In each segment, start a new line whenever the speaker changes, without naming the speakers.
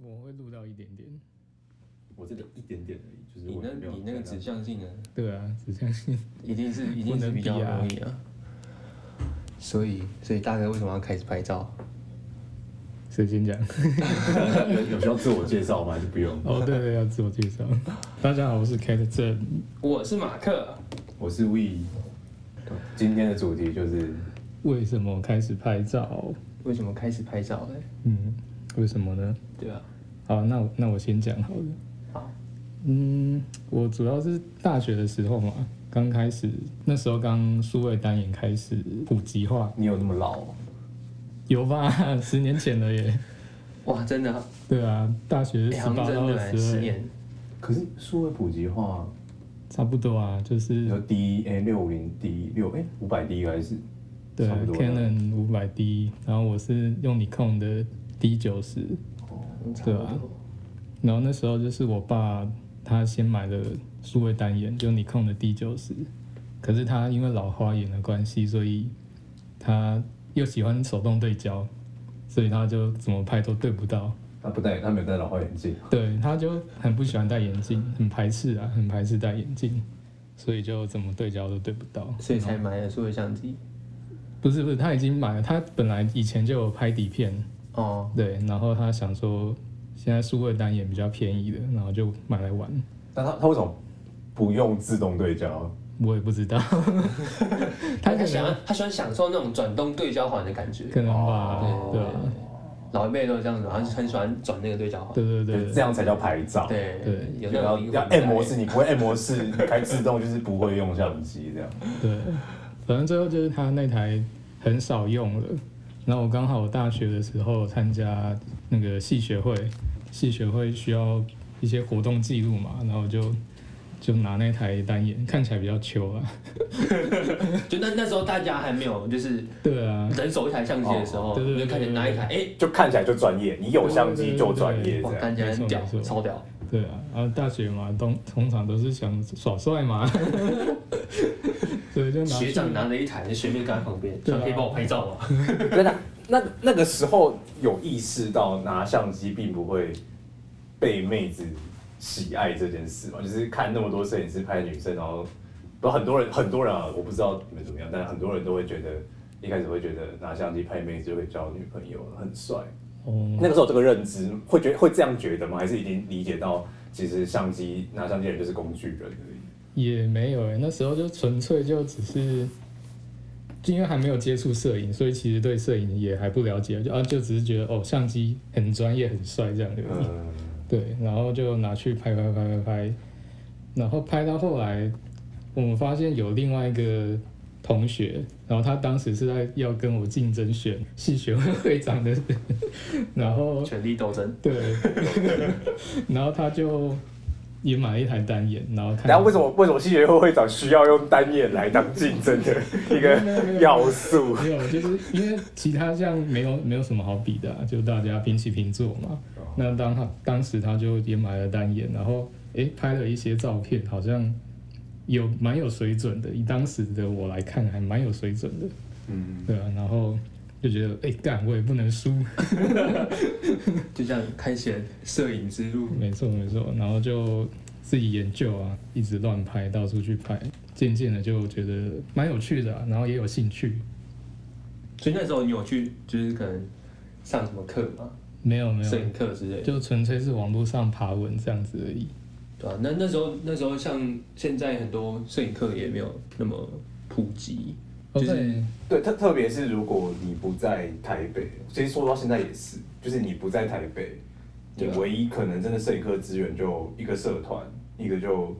我会录到一点点。
我这里一点点而已，就是
你
我
那
没有
你那个
看到
指向性呢，
对啊，只相信。
一定是一定是比较容易啊。所以所以大哥为什么要开始拍照？
谁先讲？
有有需要自我介绍吗？还是不用？
哦，对对，要自我介 绍。大家好，我是 Cat 郑。
我是马克，
我是 We，今天的主题就是
为什么开始拍照？
为什么开始拍照嘞？
嗯，为什么呢？
对啊，
好，那我那我先讲好了。
好，
嗯，我主要是大学的时候嘛，刚开始那时候刚数位单眼开始普及化，
你有那么老哦？
有吧？ 十年前了耶。
哇，真的啊，
对啊，大学
哎
十
好
八
像
到
真的
二
欸
十
十
二，
年，
可是数位普及化，
差不多啊，就
你说
是
D 哎六五零 D 六哎五百 D 还是
对
差不多的
Canon 五百 D，然后我是用你控的 D 九十，
嗯差
对
不
啊
多。
然后那时候就是我爸他先买了数位单眼，就你控的 D 九十，可是他因为老花眼的关系，所以他又喜欢手动对焦，所以他就怎么拍都对不到。
他不戴，他没有戴老花眼镜，
对，他就很不喜欢戴眼镜，很排斥啊，很排斥戴眼镜，所以就怎么对焦都对不到。
所以才买了数位相机。
不是不是，他已经买了，他本来以前就有拍底片，
哦，
对，然后他想说现在数位单眼比较便宜的，然后就买来玩。
但他他为什么不用自动对焦？
我也不知道，他可
他喜
能
欢他喜欢享受那种转动对焦环的感觉。
可能吧，
哦
对啊吧？
老一辈都是这样子嘛，他很喜欢转那个对焦环。
对对对
这样才叫拍照。
对
对
有那
要
种灵
要
魂在
M 模式，你不会 M 模式，开自动就是不会用相机这样。
对，反正最后就是他那台很少用了。然后我刚好我大学的时候参加那个系学会，系学会需要一些活动记录嘛，然后我就就拿那台单眼，看起来比较秋啊。
就那那时候大家还没有就是
对啊，
人手一台相机的时候，
哦对对对
就开始拿一台，哎，
就看起来就专业，你有相机就专业
哇
这，样。
看起来很屌
没错，没错
超屌。
对啊，然后大学嘛，通通常都是想耍帅嘛， 所以就拿去
学长拿着一台，学妹跟在旁边，
对啊
说可以帮我拍照 吗？
真的，那那个时候有意识到拿相机并不会被妹子喜爱这件事嘛？就是看那么多摄影师拍女生，然后有很多人很多人啊，我不知道你们怎么样，但很多人都会觉得一开始会觉得拿相机拍妹子就会交女朋友了，很帅。
哦，
那个时候有这个认知会觉会这样觉得吗？还是已经理解到其实相机拿相机的人就是工具人而已？
也没有哎、那时候就纯粹就只是，就因为还没有接触摄影，所以其实对摄影也还不了解，就啊就只是觉得哦相机很专业很帅这样而已。
嗯，
对，然后就拿去拍拍拍拍拍，然后拍到后来，我们发现有另外一个同学，然后他当时是在要跟我竞争选系学会会长的，然后
权力斗争，
对，然后他就也买了一台单眼，然后看，
然后为什么为什么系学会会长需要用单眼来当竞争的一个要素？
没有，就是因为其他像没有没有什么好比的、啊，就大家平起平坐嘛。那当他当时他就也买了单眼，然后诶拍了一些照片，好像有蛮有水准的。以当时的我来看，还蛮有水准的，
嗯，
对啊。然后就觉得诶干我也不能输，
就这样开启了摄影之路。
没错没错。然后就自己研究啊，一直乱拍，到处去拍，渐渐的就觉得蛮有趣的啊、然后也有兴趣。
所以那时候你有去就是可能上什么课吗？
没有没有
摄，影课之类的。
就纯粹是网络上爬文这样子而已。
对啊，那那时候那时候像现在很多摄影课也没有那么普及，就是
哦对
对，特特别是如果你不在台北，其实说到现在也是，就是你不在台北，你
对啊
唯一可能真的摄影课资源就一个社团，一个就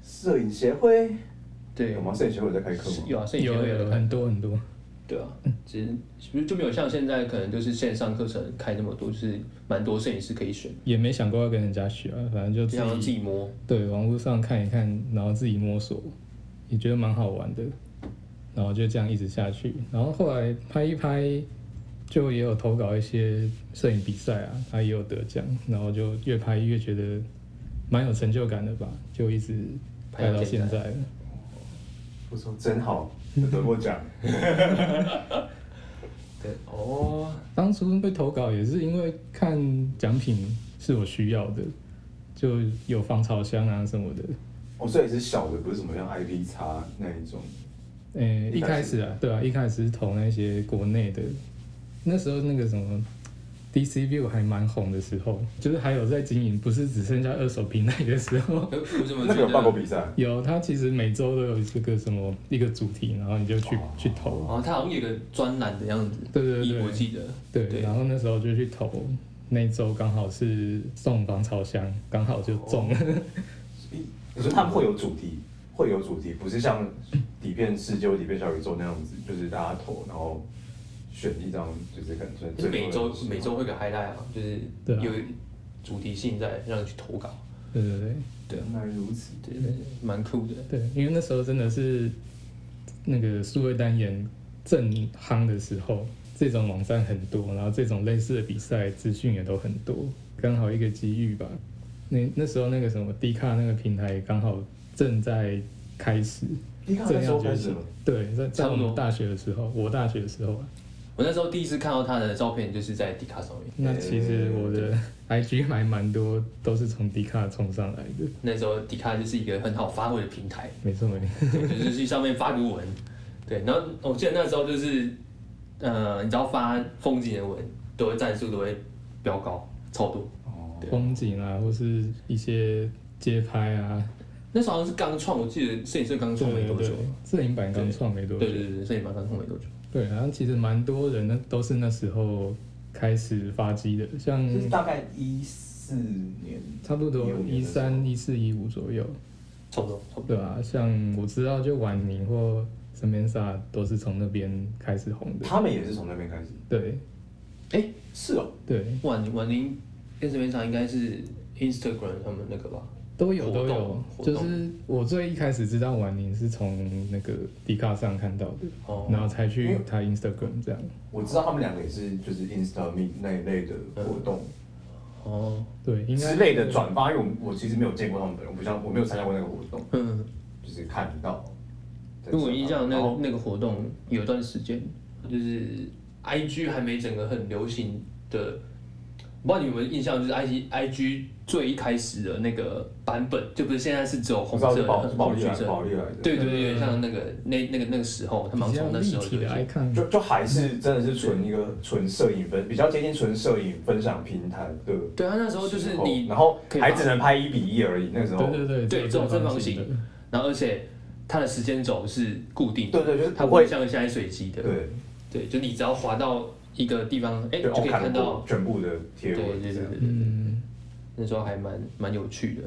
摄影协会，
对
有吗？摄影协会有在开课吗？
有啊，摄影
有
协会
有
的
有很多很多，
对啊，其实其实就没有像现在可能就是线上课程开那么多，就是蛮多摄影师可以选，
也没想过要跟人家学、啊，反正就
就想要
自
哦自
己
己摸。
对网络上看一看，然后自己摸索，也觉得蛮好玩的，然后就这样一直下去，然后后来拍一拍，就也有投稿一些摄影比赛啊，他也有得奖，然后就越拍越觉得蛮有成就感的吧，就一直拍到现在了。
我说真好，有得过奖。
对哦，
当当初会投稿也是因为看奖品是我需要的，就有防潮箱啊什么的。
哦，所以是小的，不是什么像 IP 叉那一种。
呃、一
一开
开始啊，对啊，一开始是投那些国内的，那时候那个什么 DC View 还蛮红的时候，就是还有在经营，不是只剩下二手平台的时候。
呃我怎么
那个有办过
觉得？
比赛？
有，它其实每周都有这个什么一个主题，然后你就去
哦
去投，
哦，他好像有个专栏的样子，
对对
一
对
我记得，
对，
对
然后那时候就去投，那周刚好是送防潮箱，刚好就中了。
可是他们会有主题，会有主题，不是像底片世界、底片小宇宙那样子，就是大家投，然后选一张，就是可能最
就
最
是每
后
周
的东西
每周会有个 highlight 啊，就是
对啊
有主题性在让你去投稿，
对对对
对啊，
原来如此，
对对，
嗯
对蛮酷的。
对，因为那时候真的是那个数位单元正夯的时候，这种网站很多，然后这种类似的比赛资讯也都很多，刚好一个机遇吧。那那时候那个什么 D 卡那个平台刚好正在开始，
你看那
正
时
要
候开
崛
始
起
了。。
对，在在
差
我
不多
们大学的时候，我大学的时候啊，
我那时候第一次看到他的照片，就是在迪卡上面。
那其实我的 IG 还蛮多都是从 D 卡冲上来的，
那时候迪卡就是一个很好发挥的平台，
没错没错。
啊
对就是去上面发个文，对。然后我记得那时候就是，呃，你知道发风景的文，都会赞数都会飙高，超多。
哦
对
风景啊，或是一些街拍啊，
那时候好像是刚创，我记得摄影社刚创没多久，
摄影版刚创没多
对
久，
对对对，摄影班刚创没多久。
对，然后其实蛮多人呢，都是那时候开始发迹的，像
就是大概一四年，
差不多
15
一
年的时候
三一四一五左右，
差不多，差不
对
多。
吧、像我知道就婉宁或 Samantha 都是从那边开始红的，
他们也是从那边开始。
对
哎，是哦，
对，
婉婉玲跟这边上应该是 Instagram 他们那个吧？
都有
活
都
动
有，
活
就
动
是我最一开始知道婉宁是从那个 d 卡上看到的，
哦
然后才
因
去
为
她 Instagram 这样，
我知道他们两个也是就是 Insta Meet 那一类的
嗯
活动
哦，
对，应该
之类的转发，因为我我其实没有见过他们本人，我不像我没有参加过那个活动，
嗯，
就是看到。
因为我印象那
然后
那个活动有一段时间，啊就是 I G 还没整个很流行的，我不知道你有没有印象，就是 I G I G 最一开始的那个版本，就不是现在是只有
我
红
知道是
色
啊
的，
保
还是
保利
橘
来的，保
色。
利来的，
对对对，有点像那个那那个那个时候，他们
比
好像
较
从那
立
时候
体
就
的 icon，
就就还是真的是纯一个纯摄影分，比较接近纯摄影分享平台的时候。
对啊，那时候就是你
然后
可以把
还只能拍一比一而已，那时候。
对对对，
对
这
这种
正
正
方
方
形
形
的，
然后而且它的时间轴是固定的，
对对就是
它
不
不会
会
像现在随机的，
对
对，就你只要滑到一个地方，哎、
对，
就
我
可以看
看过
到，
全部的贴
对
文
对对
这
对
样。
对，
嗯，
那时候还蛮蛮有趣的，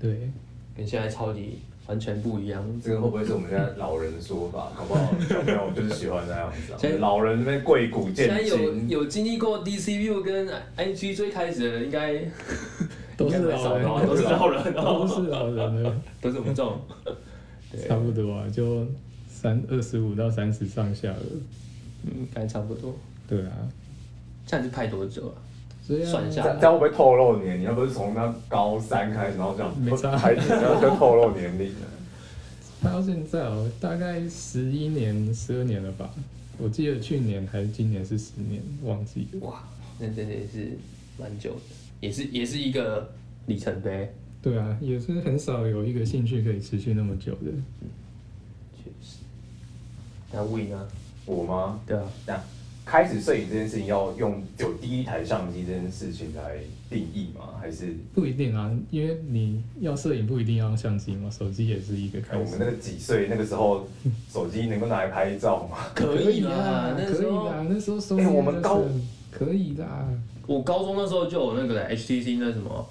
对。
跟现在超级完全不一样。
这个会不会是我们现在老人的说 法？搞不好小朋友就是喜欢那样子、啊
现在。
老人那边跪骨
现在
见
有
金，
有经历过 DCU 跟 IG 最开始的，应该
都是
应该蛮
老
少
人
的哦，都是老人
都
哦，
是老人了，
都是我们这种，对
差，不多啊，就三二十五到三十上下了，
嗯，感觉差不多。
对啊，
这样是拍多久啊？
所以啊
算一
这
下
样这样会不会透露年龄？要不是从那高三 开始，然后这
没差
样孩子，然后就透露年龄 了。
拍到现在哦，大概十一年、十二年了吧，我记得去年还是今年是十年，忘记了。
哇，那真的也是蛮久的，也是也是一个里程碑，
对啊，也是很少有一个兴趣可以持续那么久的。
确实。那 We
啊
呢？
我吗？
对啊，
那开始摄影这件事情要用有第一台相机这件事情来定义吗？还是
不一定啊，因为你要摄影不一定要用相机嘛，手机也是一个
哎
开
我们那
始。
个几岁那个时 候，手机能够拿来拍照吗？
可以啦，那
可
时
以啊
候
啦，那时候手
哎我们高
可以啦，
我高中那时候就有那个嘞 HTC 那什么，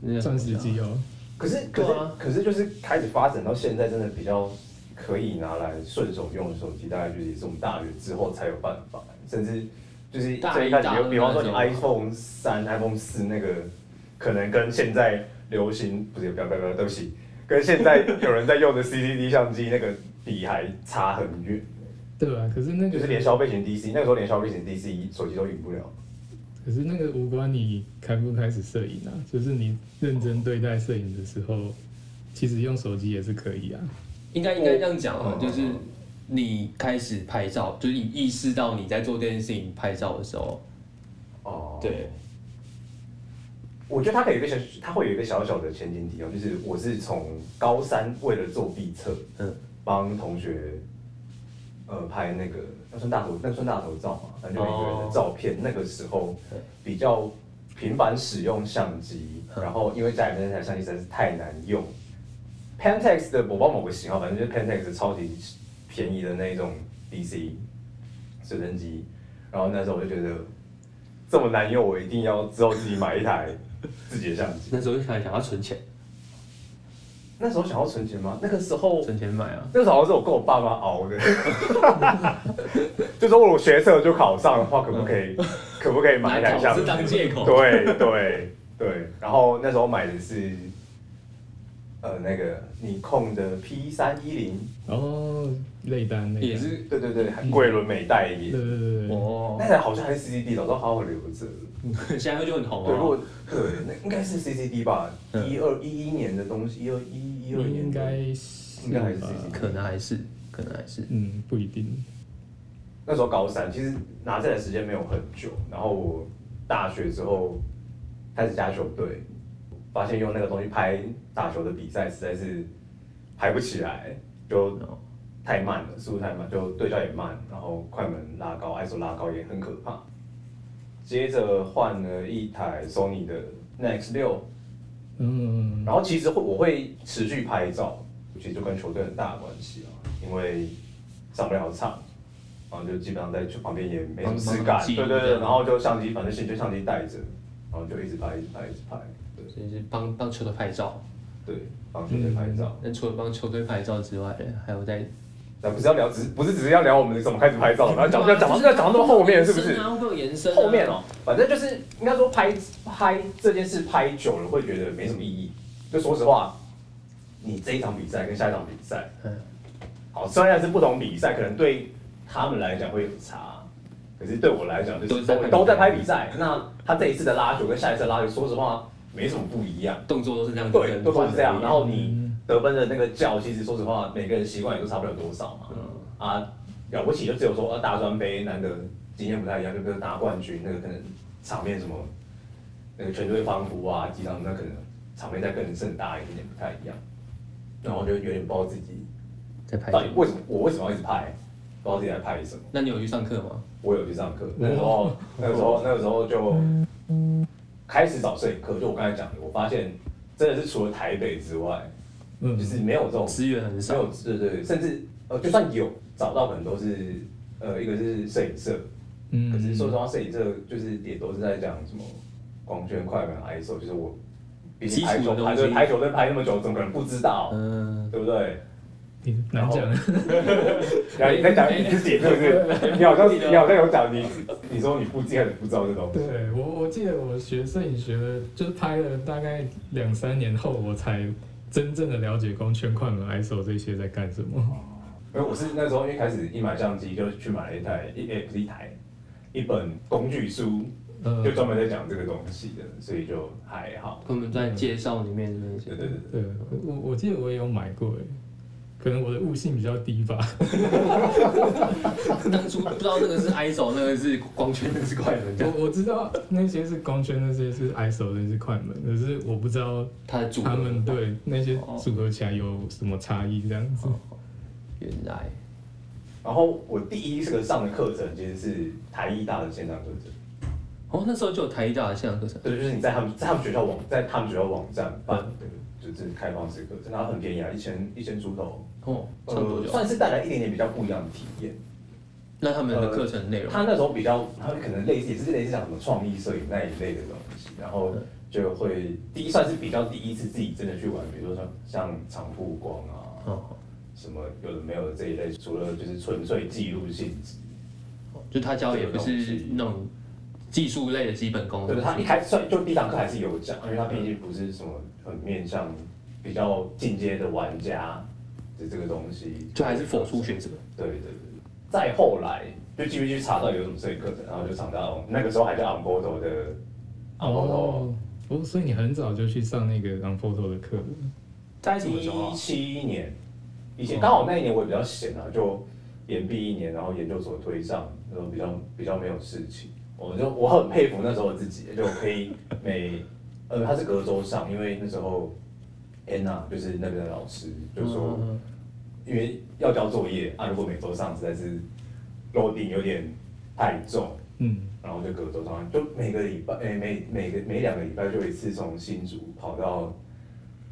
那 叫什么
钻石机哦，
可是可是、
对啊
可是就是开始发展到现在，真的比较可以拿来顺手用的手机，大概就是也是我们大学之后才有办法，甚至就是
大
最
一
一开始
大
比
二
比方说你
那种
iPhone 三、iPhone 四那个，可能跟现在流行不是不要不要不要，对不起，跟现在有人在用的 CCD 相机那个比还差很远。
对吧、可是那个
就是连消费型 DC，那个时候连消费型 DC 手机都赢不了。
可是那个无关你开不开始摄影啊，就是你认真对待摄影的时候，其实用手机也是可以啊。
应该应该这样讲啊，
嗯
就是你开始拍照，就是你意识到你在做这件事情拍照的时候，
哦，
对，
我觉得他可以有一个小，他会有一个小小的前景提哦，就是我是从高三为了做毕测，
嗯，
帮同学，呃，拍那个那算大头，那算大头照嘛，反正就每个人的照片。那个时候比较频繁使用相机，然后因为家里面那台相机实在是太难用，Pentax 的我不知道某个型号，反正就是 Pentax 的超级便宜的那种 DC 水蒸机，然后那时候我就觉得这么难用，我一定要之后自己买一台自己的相机。
那时候就想想要存钱，
那时候想要存钱吗？那个时候
存钱买啊，
那时候好像是我跟我爸妈熬的， 就说我学测就考上的话，可不可以， 可不可以买一台相机？
拿考试当借口
对对对，然后那时候买的是，呃，那个你控的 P 三一零，
然后内单内单
也是
对对对，桂纶镁代
对
言，
对对对，
哦
那，台好像还是 CCD，早知道好好留着。
现在就很红
对，如
啊
果。对，那应该是 CCD 吧，一二一一年的东西，一二一一二年的
应该是
应该还是
吧
自己
可能还是，可能还是，
嗯，不一定。
那时候高三，其实拿这的时间没有很久。然后我大学之后开始加球队，发现用那个东西拍打球的比赛实在是拍不起来，就
哦
太慢了，速度太慢，就对焦也慢，然后快门拉高、ISO 拉高也很可怕。接着换了一台 Sony 的 Nex 六，
嗯，
然后其实会我会持续拍照，其实就跟球队很大的关系啊，因为上不了场，然后就基本上在球旁边也没什么事
帮
干
忙，记
对
录
对
这
对，
样
然后就相机反正先就相机带着，然后就一直拍一直拍一直拍，对
所以是帮帮球队拍照。
对，帮球队拍照。
那除了帮球队拍照之外，还有在
那不是要聊，只是不是只是要聊我们怎么开始拍照，然后讲要讲到要讲到那么后面是不是？
然后会有延伸啊
后面哦，反正就是应该说拍拍这件事拍久了会觉得没什么意义。就说实话，你这一场比赛跟下一场比赛，
嗯
好，虽然是不同比赛，可能对他们来讲会有差，可是对我来讲就是
都在拍比赛
都在拍比赛。那他这一次的拉球跟下一次的拉球，说实话没什么不一样，
动作都是这样子
对，
跟
都是这样。
换的
然后你得分的那个叫，其实说实话，每个人习惯也都差不了多少嘛。
嗯
啊，了不起就只有说啊大专杯难得经验不太一样，就跟拿冠军那个可能场面什么，那个全队欢呼啊，机场那可能场面再更盛大一点点不太一样。然后我就有点不知道自己
在拍
到
照
底。为什么我为什么要一直拍，不知道自己在拍什么。
那你有去上课吗？
我有去上课，那时 候那个时候那个时候就开始找摄影课，就我刚才讲的，我发现真的是除了台北之外，
嗯
就是没有这种
资源很
没
少
有，，对对对，甚至呃，就算有找到，可能都是呃，一个是摄影社，
嗯
可是说实话，摄影社就是也都是在讲什么光圈、快门、ISO，就是我毕竟排
基础
球
的东
排
西
队排球队排那么久，怎么可能不知道？
嗯，
对不对？嗯
挺难讲。
然后你在讲你自己是不 是？你好像你好像有讲你，你说你不记得你不知道这东西，
对我，我记得我学摄影学了，就是拍了大概两三年后，我才真正的了解光圈、快门、ISO 这些在干什么。
因为我是那时候一开始一买相机就去买了一台，一哎也不是一台，一本工具书，
呃
就，专门在讲这个东西的，所以就还好。
他们在介绍里面那
对
些，
对对。
对我我记得我也有买过，诶，可能我的悟性比较低 吧。
当初不知道那个是 ISO，那个是光圈，那个是快门，这样
我我知道那些是光圈，那些是 ISO，那些是快门，可是我不知道
它的组合
他们对那些组合起来有什么差异这样子。
哦
原来
然后我第一个上的课程其实是台艺大的线上课程，
哦，那时候就有台艺大的线上课程，
对，就是你在他们在他们学校网在他们学校网站办的，就是开放式课程，然后很便宜啊，一千一千出头，
哦，上多
呃，
久？
算是带来一点点比较不一样的体验。
那他们的课程内容，
他那时候比较，他可能类似也是类似像什么创意摄影那一类的东西，然后就会第一算是比较第一次自己真的去玩，比如说像像长曝光啊，
哦，
什么有的没有的这一类，除了就是纯粹记录性质。
哦就他教也不
这个
是
东西
那种技术类的基本功，
对，他一开始算就第一堂课还是有讲，因为他毕竟不是什么很面向比较进阶的玩家的这个东西，
就还是否初学者，
对对对。再后来就继续去查到有什么摄影课程，然后就查到那个时候还叫 on photo 的 on photo，
哦，哦，所以你很早就去上那个 on photo 的课了。
在什么时候
一
啊？
七年，以前刚好那一年我也比较闲啊，就延毕一年，然后研究所推上，然后比较比较没有事情。我就我很佩服那时候我自己，就我可以每呃，他是隔周上，因为那时候 Anna 就是那边的老师就说，因为要交作业啊，如果每周上实在是 loading 有点太重，
嗯，
然后就隔周上，就每个礼拜，哎、每每个每两个礼拜就一次从新竹跑到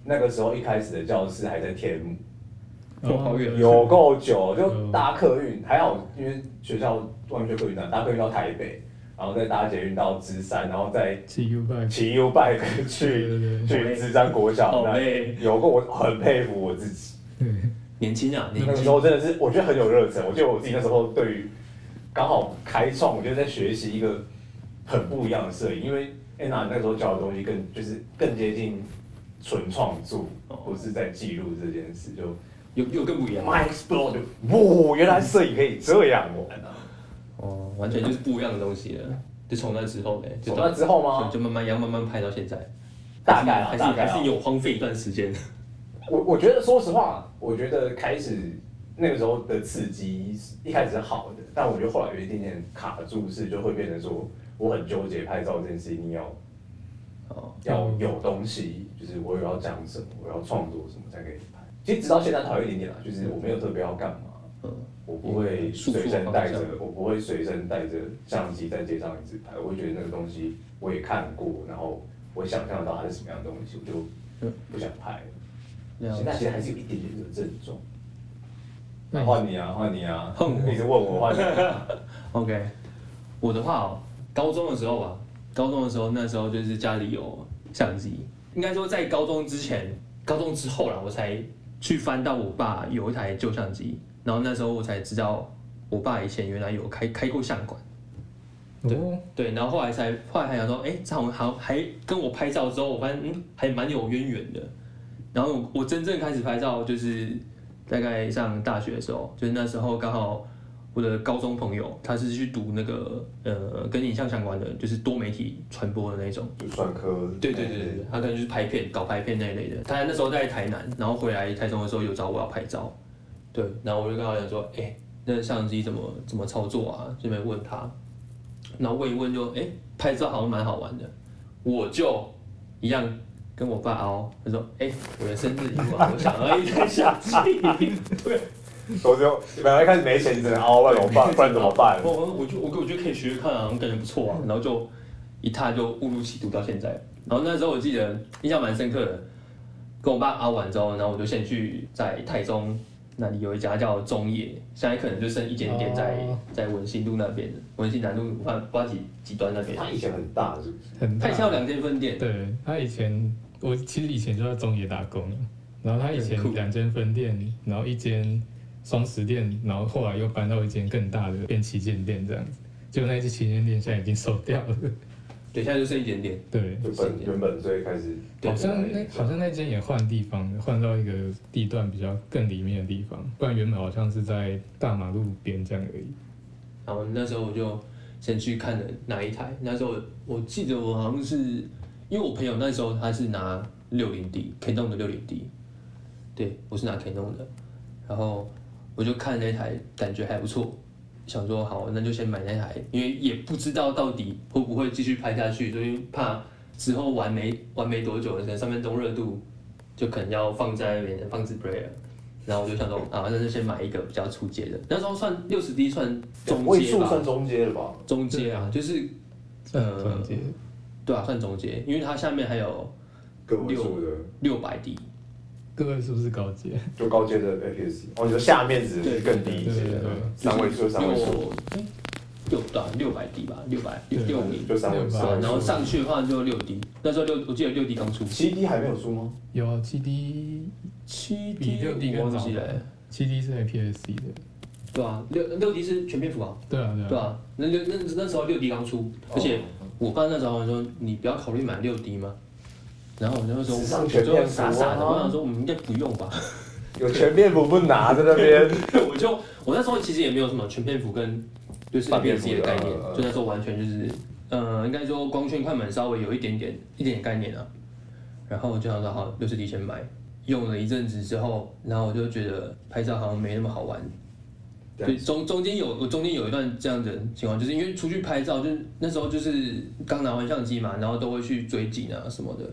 那个时候一开始的教室还在天母，
哦好远
有够久，就搭客运，还好，因为学校外面就客运站，搭客运到台北，然后再搭捷运到芝山，然后再
骑 U bike，
骑 U bike
对
去
对
去芝山国小
好，
那
累
有够我很佩服我自己，
对，
年轻啊，
那
年
个时
轻，
候真的是我觉得很有热忱，我觉得我自己那时候对于刚好开创，我觉得在学习一个很不一样的摄影，因为 Anna 那时候教的东西更就是更接近纯创作，
哦
不是在记录这件事就。
有有更不一样。
My explode，哇，原来摄影可以这样
嗯
玩啊！
哦，完全就是不一样的东西了。就从那之后嘞，就
从
到
那之后吗
就就慢慢要慢慢拍到现在，
哦大概啊
还是
大概
还
啊
是有荒废一段时间。
我我觉得，说实话，我觉得开始那个时候的刺激一开始是好的，但我觉得后来有一点点卡住，是就会变成说我很纠结拍照这件事情，你要
哦，
要有东西，就是我有要讲什么，我要创作什么才可以拍。其实直到现在讨厌一点点啦，就是我没有特别要干嘛，
嗯，
我不会
束
随
缚
身
方
带着
向，
我不会随身带着相机在街上一直拍。我会觉得那个东西我也看过，然后我想象到它是什么样的东西，我就
嗯
不想拍了。
了
现在其实
解。
还是有一点点的症状。
那你
换你啊，换你啊，
换我
一直问我换你 啊、
OK，我的话哦，高中的时候吧，高中的时候那时候就是家里有相机，应该说在高中之前，高中之后啦，我才去翻到我爸有一台旧相机，然后那时候我才知道我爸以前原来有开开过相馆。
哦，
对，然后后来才后来还想说，哎，这好像还跟我拍照之后，我发现嗯还蛮有渊源的。然后我我真正开始拍照就是大概上大学的时候，就是那时候刚好我的高中朋友他是去读那个呃跟影像相关的，就是多媒体传播的那种。
就专科。
对对对对，对，他可能就是拍片、搞拍片那一类的。他那时候在台南，然后回来台中的时候有找我要拍照，对，然后我就跟他讲说，哎、那相机怎么怎么操作啊？顺便问他，然后问一问就，哎、拍照好像蛮好玩的，我就一样跟我爸熬，他说，哎、我的生日礼物啊，我想要一台相机，对，
我就本来一开始没钱，只能凹，不然怎么办？不然怎么办？
我我就我我觉得可以学学看啊，我感觉不错啊，然后就一踏就误入歧途到现在。然后那时候我记得印象蛮深刻的，跟我爸熬完之后，然后我就先去在台中那里有一家叫中野，现在可能就剩一间店在、
哦
在文心路那边，文心南路我看不知道几几段那边，
他以前很大，是不是？
很
它
大
现在有两间分店，
对他以前，我其实以前就在中野打工，然后他以
很
前
酷
两间分店，然后一间双十店，然后后来又搬到一间更大的变旗舰店这样子。结果那间旗舰店现在已经收掉了，
对，现在就剩一间店，
对，
就本原本最开始
对
好像那好像那间也换地方了，换到一个地段比较更里面的地方，不然原本好像是在大马路边这样而已。
然后那时候我就先去看了哪一台，那时候我我记得我好像是因为我朋友那时候他是拿六零 D Canon 的六零 D，对我是拿 Canon 的，然后我就看那台感觉还不错，想说好那就先买那台，因为也不知道到底会不会继续拍下去，所以怕之后玩没玩没多久，可能三分钟热度就可能要放在那边放置 p l a y 然后我就想说啊，那就先买一个比较初阶的，那时候算六十 D 算中
位
阶
数
吧，
算中阶了吧？
中阶啊，就是呃
中介
对啊，算中阶，因为它下面还有
个位数的，
六百 D，
各位是不是高阶？
就高阶的 APS。哦，你说下面只
对
是更低一阶
对对
的
对，
三位数，三位数，
六哎六对啊，六百 D 吧，六百
对
六零，
就三位数
对。
然后上去的话就六 D，那时候六我记得六 D 刚出，
七 D 还没有出吗？
有七 D，
七
比
D
六 D
我
更
忘
早
记了、欸，
七 D 是 APSC 的，
对啊，六六 D 是全篇幅啊，
对啊对啊。
对啊，那六那那时候六 D 刚出，
哦
而且我爸那时候说你不要考虑买六 D 吗？然后我那时候
时尚
我
全面
就
幅
傻傻的，
啊
我想说我们嗯应该不用吧。
有全面幅不拿在那边，
我就我那时候其实也没有什么全篇幅跟就是
半篇
APS
幅的
的概念
呃，呃
就那时候完全就是呃，应该说光圈快门稍微有一点点一点点概念啊。然后我就想说好，六十 D 先买，用了一阵子之后，然后我就觉得拍照好像没那么好玩，
对
对，中中间有我中间有一段这样的情况，就是因为出去拍照，就是那时候就是刚拿完相机嘛，然后都会去追景啊什么的，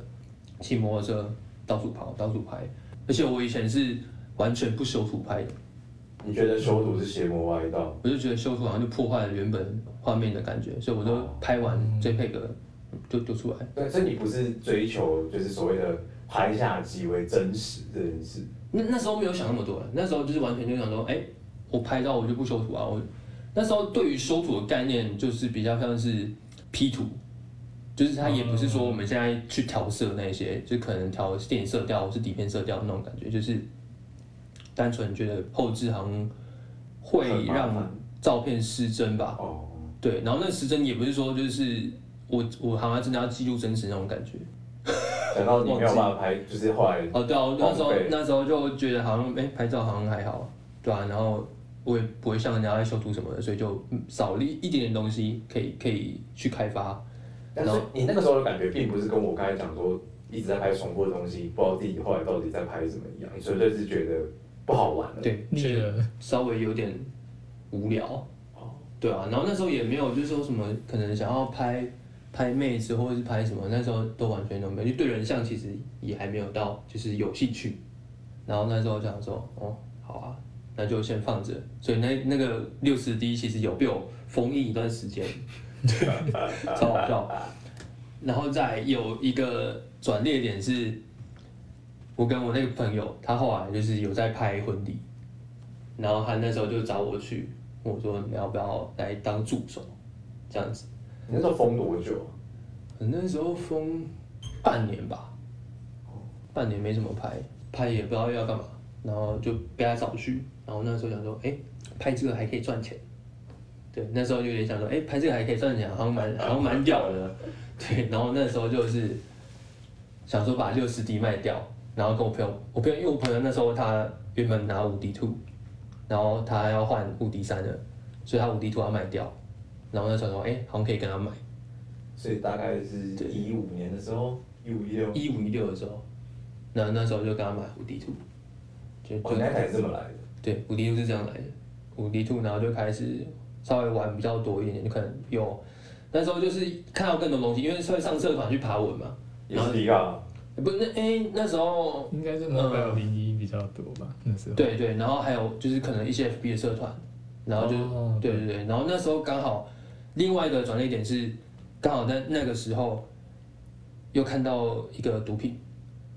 骑摩托车到处跑到处拍，而且我以前是完全不修图拍的，
你觉得修图是邪魔歪道？
我就觉得修图好像就破坏了原本画面的感觉，所以我都拍完追配格就丢出来。
对，所以你不是追求就是所谓的拍下即为真实这件事。
那那时候没有想那么多了，那时候就是完全就想说，哎、我拍照我就不修图啊。我那时候对于修图的概念就是比较像是 P 图，就是它也不是说我们现在去调色那些，就可能调电影色调或是底片色调那种感觉，就是单纯觉得后置好像会
很麻烦
让照片失真吧。
哦，
对，然后那失真也不是说就是我我好像真的要记录真实那种感觉。
等到你没有办法拍，就是后来
哦，对啊，我那时候
荒废
那时候就觉得好像哎、拍照好像还好，对啊，然后我也不会像人家在修图什么的，所以就嗯少了一一点点东西可以可以去开发。
但是你那个时候的感觉，并不是跟我刚才讲说一直在拍重复的东西，不知道自己后来到底在拍什么一样，你纯粹是觉得不好玩了。
对，
腻
觉得
了，
稍微有点无聊
哦。
对啊，然后那时候也没有就是说什么可能想要拍拍妹子或者是拍什么，那时候都完全都没有，就对人像其实也还没有到就是有兴趣。然后那时候想说，哦，好啊，那就先放着。所以那那个六十 D 其实有被我封印一段时间，对，超好笑。然后再有一个转捩点是，我跟我那个朋友，他后来就是有在拍婚礼，然后他那时候就找我去，问我说你要不要来当助手，这样子。
你那时候封多久啊？
可能那时候封半年吧，半年没怎么拍，拍也不知道要干嘛，然后就被他找去，然后那时候想说，哎、拍这个还可以赚钱，对，那时候就有点想说，哎、拍这个还可以赚钱，好像蛮好像蛮屌的，对，然后那时候就是想说把六十 D 卖掉，然后跟我朋友，我朋友因为我朋友那时候他原本拿五 D two，然后他要换五 D 三了，所以他五 D two 要卖掉，然后那时候想说，哎、好像可以跟他买。
所以大概是
对
一五年的时候，一五一六。
一五一六的时候，那那时候就跟他买五 D two，就
哦，
就
你那台是这么来的。
对五 D two 是这样来的，五 D two 然后就开始稍微玩比较多一点点，就可能有那时候就是看到更多东西，因为会上社团去爬文嘛，
也是迪卡，
不是那哎、那时候
应该是 Mobile 零一比较多吧，那时候。
对对，然后还有就是可能一些 FB 的社团，然后就、
哦
对对对，然后那时候刚好另外一个转捩点是刚好在那个时候又看到一个毒品，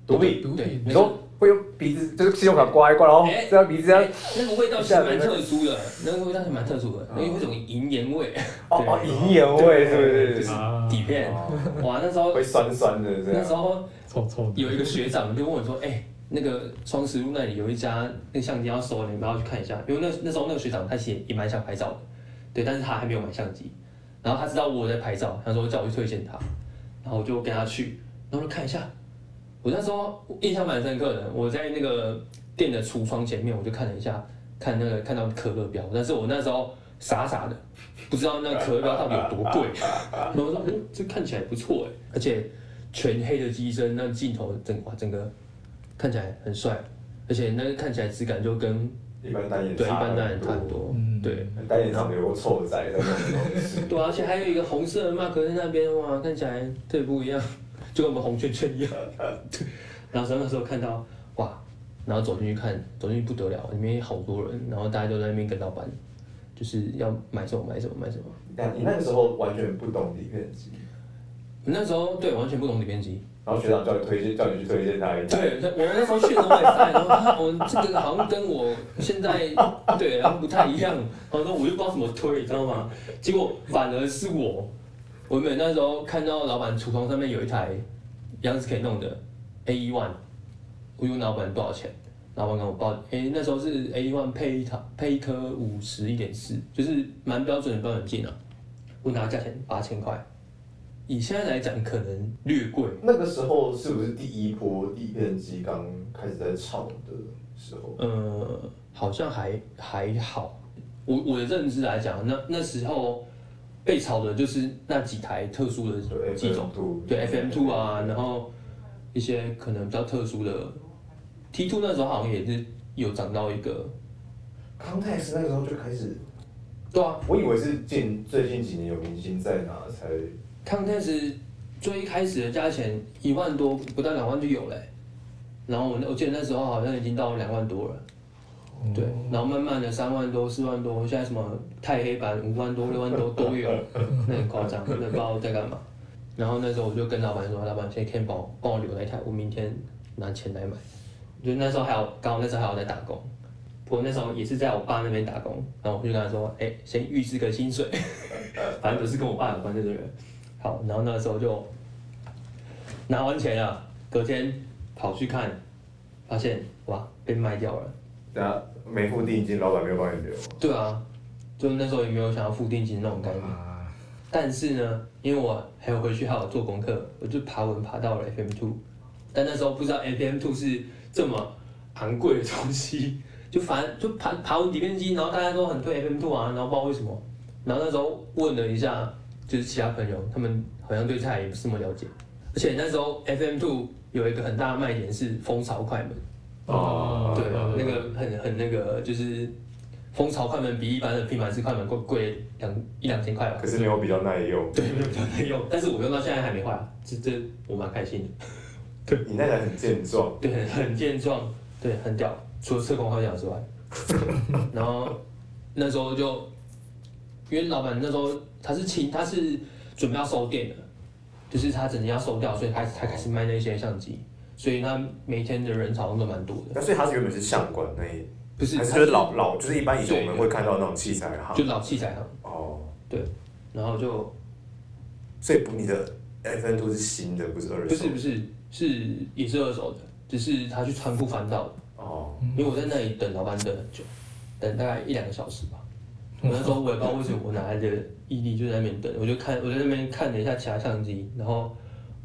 毒品，
毒
对
品
你说会用鼻子，就是信用卡刮一刮，然后
哎
这样鼻子这样
哎，那个味道其实蛮特殊的，那个味道是蛮特殊的，
嗯
因为有一种银盐味，
哦哦，银盐味是不？
就是
啊，
底片。
哦
哇，那时 候
会酸酸的这
那时
样。
候
臭臭的。
有一个学长就问我说：“哎、那个双十路那里有一家那个相机要收，你们要去看一下。”因为那那时候那个学长他其实也蛮想拍照的，对，但是他还没有买相机，然后他知道我有在拍照，他说叫我去推荐他，然后我就跟他去，然后就看一下。我那时候印象蛮深刻的，我在那个店的橱窗前面，我就看了一下，看那个看到可乐标，但是我那时候傻傻的，不知道那可乐标到底有多贵。然后我说，嗯，这看起来不错哎，而且全黑的机身，那镜头整哇整个看起来很帅，而且那个看起来质感就跟
一般单眼
对一
差
般单人差
很
很
多，
多，
嗯
对。
单眼厂有个臭仔的那种东西。
对啊、而且还有一个红色的 mark 在那边，哇，看起来特别不一样，就跟我们红圈圈一样。对，然后那时候看到，哇，然后走进去看，走进去不得了，里面好多人，然后大家都在那边跟老板，就是要买什么买什么买什么。
那你那个时候完全不懂底片机，
我那时候对完全不懂底片机，
然后学长叫你推荐，叫你去推荐他一台。
对，我那时候去龙尾赛，然后他我这个好像跟我现在对，然后不太一样，然后我就不知道怎么推，你知道吗？结果反而是我，我原本那时候看到老板橱窗上面有一台杨子可以弄的 A 1 One，我问老板多少钱，老板跟我报，诶、那时候是 A 1 One 配一台配一颗五十一点四，就是蛮标准的标准镜啊，问他价钱八千块，以现在来讲可能略贵。
那个时候是不是第一波底片机刚开始在炒的时候？
呃，好像还还好。我我的认知来讲，那那时候被炒的就是那几台特殊的
对
机种，
，Two，
对 FM two 啊，然后一些可能比较特殊的 T two 那时候好像也是有涨到一个
康泰斯那个时候就开始，
对啊，
我以为是近最近几年有明星在哪才
康泰斯最一开始的价钱一万多，不到两万就有嘞、然后我那我记得那时候好像已经到两万多了，对，然后慢慢的三万多、四万多，现在什么太黑版五万多、六万多都有，那很夸张，那不知道在干嘛。然后那时候我就跟老板说，老板现在可以帮我帮我留那一台，我明天拿钱来买。就那时候还有，刚好那时候还有在打工，我那时候也是在我爸那边打工，然后我就跟他说，哎、先预支个薪水， 反正都是跟我爸有关的这个人。好，然后那个时候就拿完钱啊，隔天跑去看，发现哇被卖掉了。
等下没付定金，老板没有帮你留。
对啊，就那时候也没有想要付定金那种概念。
啊，
但是呢，因为我还有回去还有做功课，我就爬文爬到了 FM Two，但那时候不知道 FM Two 是这么昂贵的东西，就反正就爬爬文底片机，然后大家都很推 FM Two 啊，然后不知道为什么，然后那时候问了一下，就是其他朋友，他们好像对菜也不是那么了解，而且那时候 FM Two 有一个很大的卖点是蜂巢快门，
哦
啊对，那个很很那个就是蜂巢快门比一般的平板式快门贵贵两一两千块吧
可。是没有比较耐用。
对，没有比较耐用，但是我用到现在还没坏啊，这这我蛮开心的。
你那台很健壮，
对，很很健壮，对，很屌，除了社恐好讲之外， 然后那时候就，因为老板那时候他是清，他是准备要收店的，就是他整天要收掉，所以他才开始卖那些相机，所以他每天的人潮都蛮多的，
那所以它是原本是相馆那一，
不是，
还是
他
就是老老，就是一般以前我们会看到那种器材
就
行
老器材行，
哦，
然后就
所以不你的 FN 都是新的，不是二
不
手
是不是是也是二手的，只是他去仓库翻到的。
哦，
因为我在那里等老板等很久，等大概一两个小时吧。我那时候我也不知道为什么我哪来的毅力就在那边等，我就看我在那边看了一下其他相机，然后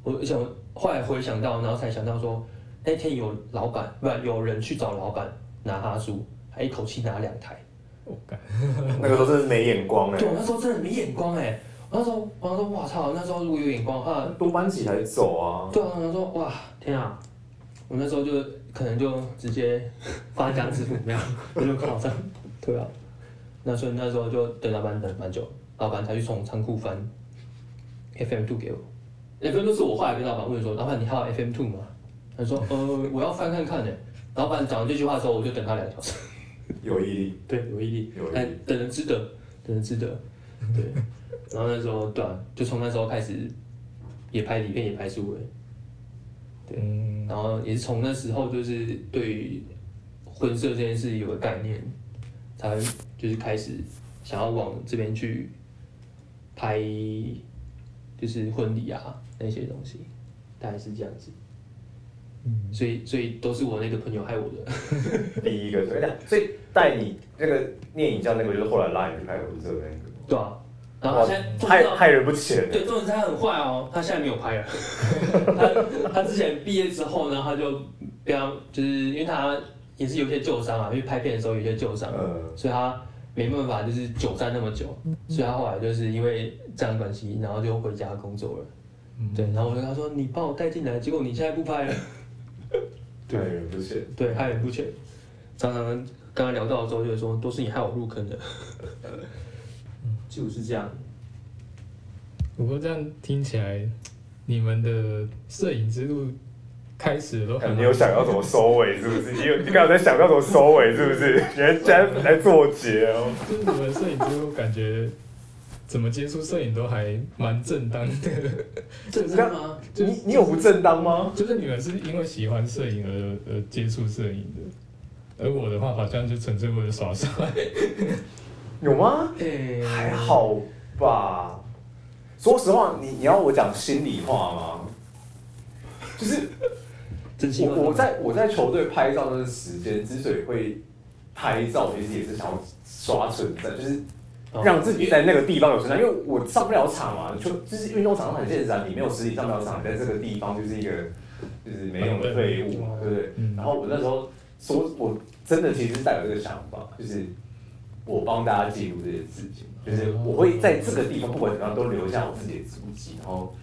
我想后来回想到，然后才想到说那天有老板不有人去找老板拿哈苏，还一口气拿两台。
我感
那个都是没眼光哎
对，，我那时候真的没眼光哎、我那时候我那时候哇操，那时候如果有眼光啊的话，
多搬几台走啊，
对啊，我说哇，天啊！我那时候就可能就直接发家 致富，没有，我就考上。对啊，那所以那时候就等老板等蛮久，老板才去从仓库翻 FM two 给我。FM two 是我后来跟老板问说，老板你还有 FM two 吗？他说呃我要翻看看呢、老板讲完这句话的时候，我就等他两个小时。
有毅力，
对，有毅力，
有毅力
哎，等人值得，等人值得。对，然后那时候对、啊，就从那时候开始也拍底片，也拍书了。对
嗯，
然后也是从那时候就是对于婚摄这件事有个概念，才就是开始想要往这边去拍，就是婚礼啊那些东西，大概是这样子。所以所以都是我那个朋友害我的，
第一个所以所以带你那个念影像那个，就是后来拉你去拍合作的那
对啊。然
个，
后
哇
现在，
害害人不浅。
对，重点是他很坏哦，他现在没有 拍了。他他之前毕业之后呢，他就不要，就是因为他也是有些旧伤啊，因为拍片的时候有些旧伤，
嗯
呃，
所以他没办法就是久站那么久，所以他后来就是因为这样的关系，然后就回家工作了。对，然后我就跟他说：“你把我带进来，结果你现在不拍 了。
害人不浅，”
对，害人不浅。常常跟他聊到的时候，就会说：“都是你害我入坑 的。”嗯就是这样。
不过这样听起来，你们的摄影之路开始的都还
哎
蛮
你有想要怎么收尾是不是？你有你刚才在想要怎么收尾是不是？你还竟然来做结哦。
就是你们摄影之路感觉怎么接触摄影都还蛮正当的，
正常吗？
就
你你有不正当吗？
就是你们是因为喜欢摄影而而接触摄影的，而我的话好像就纯粹为了耍帅。
有吗？
哎、
还好吧。说实话，你你要我讲心里话吗？就是
真心话
我我在我在球队拍照那段时间，之所以会拍照，其实也是想要刷存在，就是
哦
让自己在那个地方有存在，因为我上不了场嘛，就就是运动场很现实啊，你没有实体上不了场，你在这个地方就是一个就是没用的废物嘛，对不对？
嗯
然后我那时候说，我真的其实是带有这个想法，就是我帮大家记录这件事情，就是
哦
我会在这个地方不管怎么样都留下我自己的足迹，然后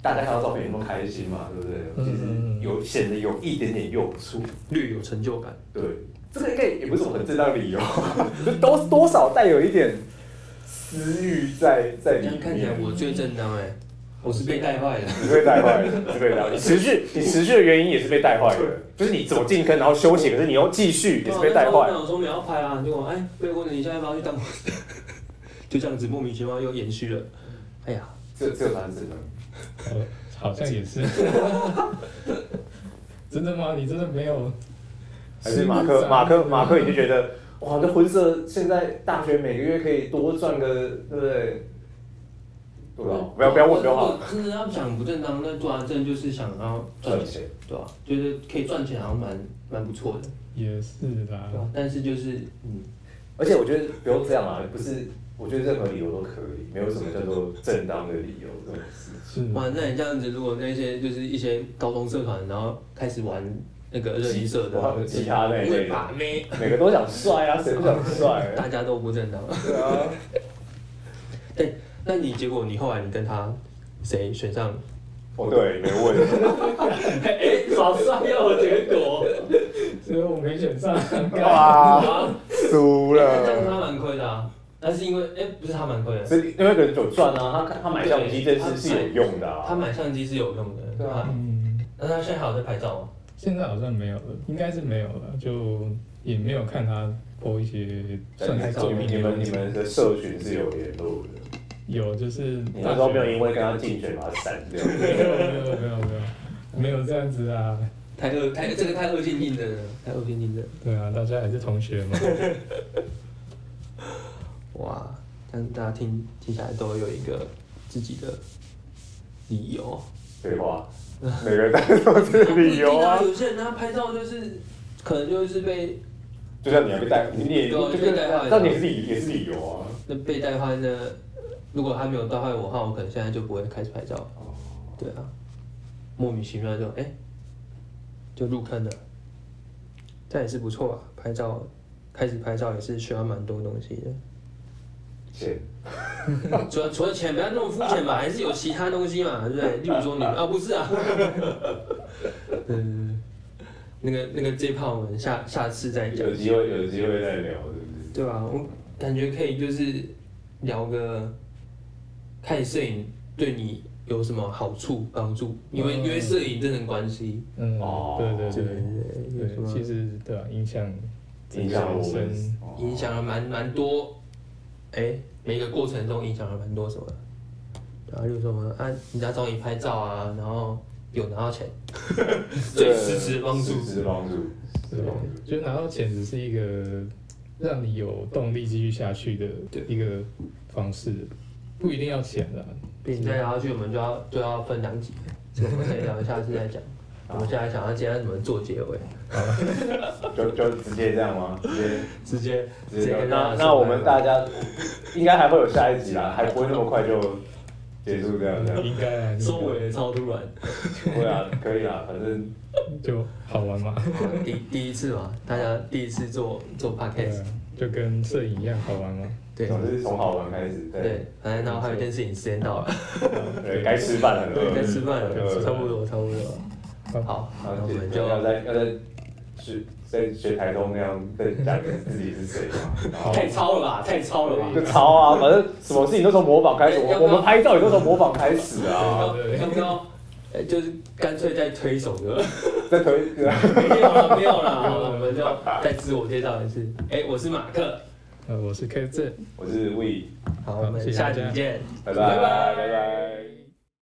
大家看到照片也那么开嗯心嘛，对不对？就是有显得有一点点用处，
略有成就感。
对，这个应该也不是什么很正当理由， 就多多少带有一点私欲在在
这
里
样
面。
看起来我最正当哎、我是被带坏的。
你是被带坏的，你是被带坏的。你持续，你持续的原因也是被带坏的，就是你走进坑然后休息，可是你又继
哦
续也是被带坏
我。想说你要拍啊，结果哎，被问你现在要不要去当， 就这样子莫名其妙又延续了。哎呀，
这这蛮正的。
好好像也是。真的吗？你真的没有？
还是嗯马克马克马克，你就觉得哇，那婚社现在大学每个月可以多赚个，对不对？多少？不要不要问，不要问。
我。啊真的要讲不正当，那做完正就是想要赚
赚钱
钱，对吧、觉得可以赚钱好像蛮蛮不错的，
嗯
也是啦
对，吧、但是就是嗯，
而且我觉得不用这样啊，不是，我觉得任何理由都可以，没有什么叫做正当的理由这种事情。
是
哇，那你这样子，如果那些就是一些高中社团，然后开始玩那个热力社
哇
的，
吉他那一类的
把妹，
每个都想帅 啊，谁不想帅？
大家都不正当。
对啊，
对，那你结果你后来你跟他谁选上？
哦对，没问。
哎，耍帅要有结果，
所以我没选上。
哇，
啊，
输
但
了。
是他蛮亏的啊。但是因为哎，不是他蛮亏的，
所以另外一个人有赚啊，他他买相机这件事是有用的
他
啊。
买相机是有用的。
对啊，
嗯，
那他现在还有在拍照吗？
现在好像没有了，应该是没有了，就也没有看他 po 一些算是作
你
品
们你们你
的东西
们的社群是有联络的。
有就是
你那时候没有因为跟他竞选把他删掉，
没有没有没有没有没有这样子啊，
太恶太这个太恶性竞争了，太恶性竞争。
对啊，大家还是同学嘛，
哇，但大家听听起来都有一个自己的理由。
对吧？每个人都有这个 理由 啊
不一定，有些人他拍照就是可能就是被
就像你要被带，你也
对
就
啊就是被带坏了
但你也是理也是理由啊。
那被带坏的，如果他没有带坏我的话，我可能现在就不会开始拍照。对啊，莫名其妙就哎、就入坑了，这也是不错啊。拍照开始拍照也是需要蛮多东西的，
钱，
除了除了钱，不要那么肤浅嘛，还是有其他东西嘛，对不对？例如说你们啊，不是啊， 嗯，那个那个这炮我们下下次再讲
有。机会有机会再聊，是不是？
对吧、我感觉可以就是聊个，看摄影对你有什么好处、帮助，因为、
嗯
因为摄影这层关系，
嗯，
哦
对对对
对有什
对，
么
其实对啊，影响
影响我们
人生，
影响了蛮蛮多，哎、每一个过程中影响了蛮多什么的，然后就什么啊，人家找你拍照啊，然后有拿 到钱，最实质的帮助
实，质帮助，实质帮助。
就拿到钱只是一个让你有动力继续下去的
对
一个方式，不一定要钱啦，
并且再聊下去我们就要就要分两集，这个我们可以聊下次再 讲。我们现在想要今天怎么做结尾，
就就直接这样吗？直接
直接
直接
跟大
那
家
那
说
我
拜
们
拜
大家应该还会有下一集啦，还不会那么快就结束这样这样。
应该啊
收尾超突然，
对啊，可以啊，反正
就好玩嘛，
第第一次嘛，大家第一次做做
对
podcast，
啊，就跟摄影一样好玩嘛，
对
总之从好玩开始，对
对，反正然后还有一件事情，时间到了，
对，该吃饭了，
该吃饭了，
对
差不多差不多了。好，那
然
我
后
们
就要
就
在要在学在学台东那样在讲自己是谁嘛，然后
太超了吧，太超了吧
就抄啊，反正什么事情都从模仿开始，
哎
我
要不
我
要
们拍照也都从模仿开始啊，
要不要？呃就是干脆再推一首歌，
在推
没有了，没有了，我 们就再自我介绍一次。哎，我是马克，
呃，我是 K Z。
我是 We，
好，
好
我
谢
们
谢
下
大
集
家
见。
拜拜拜拜。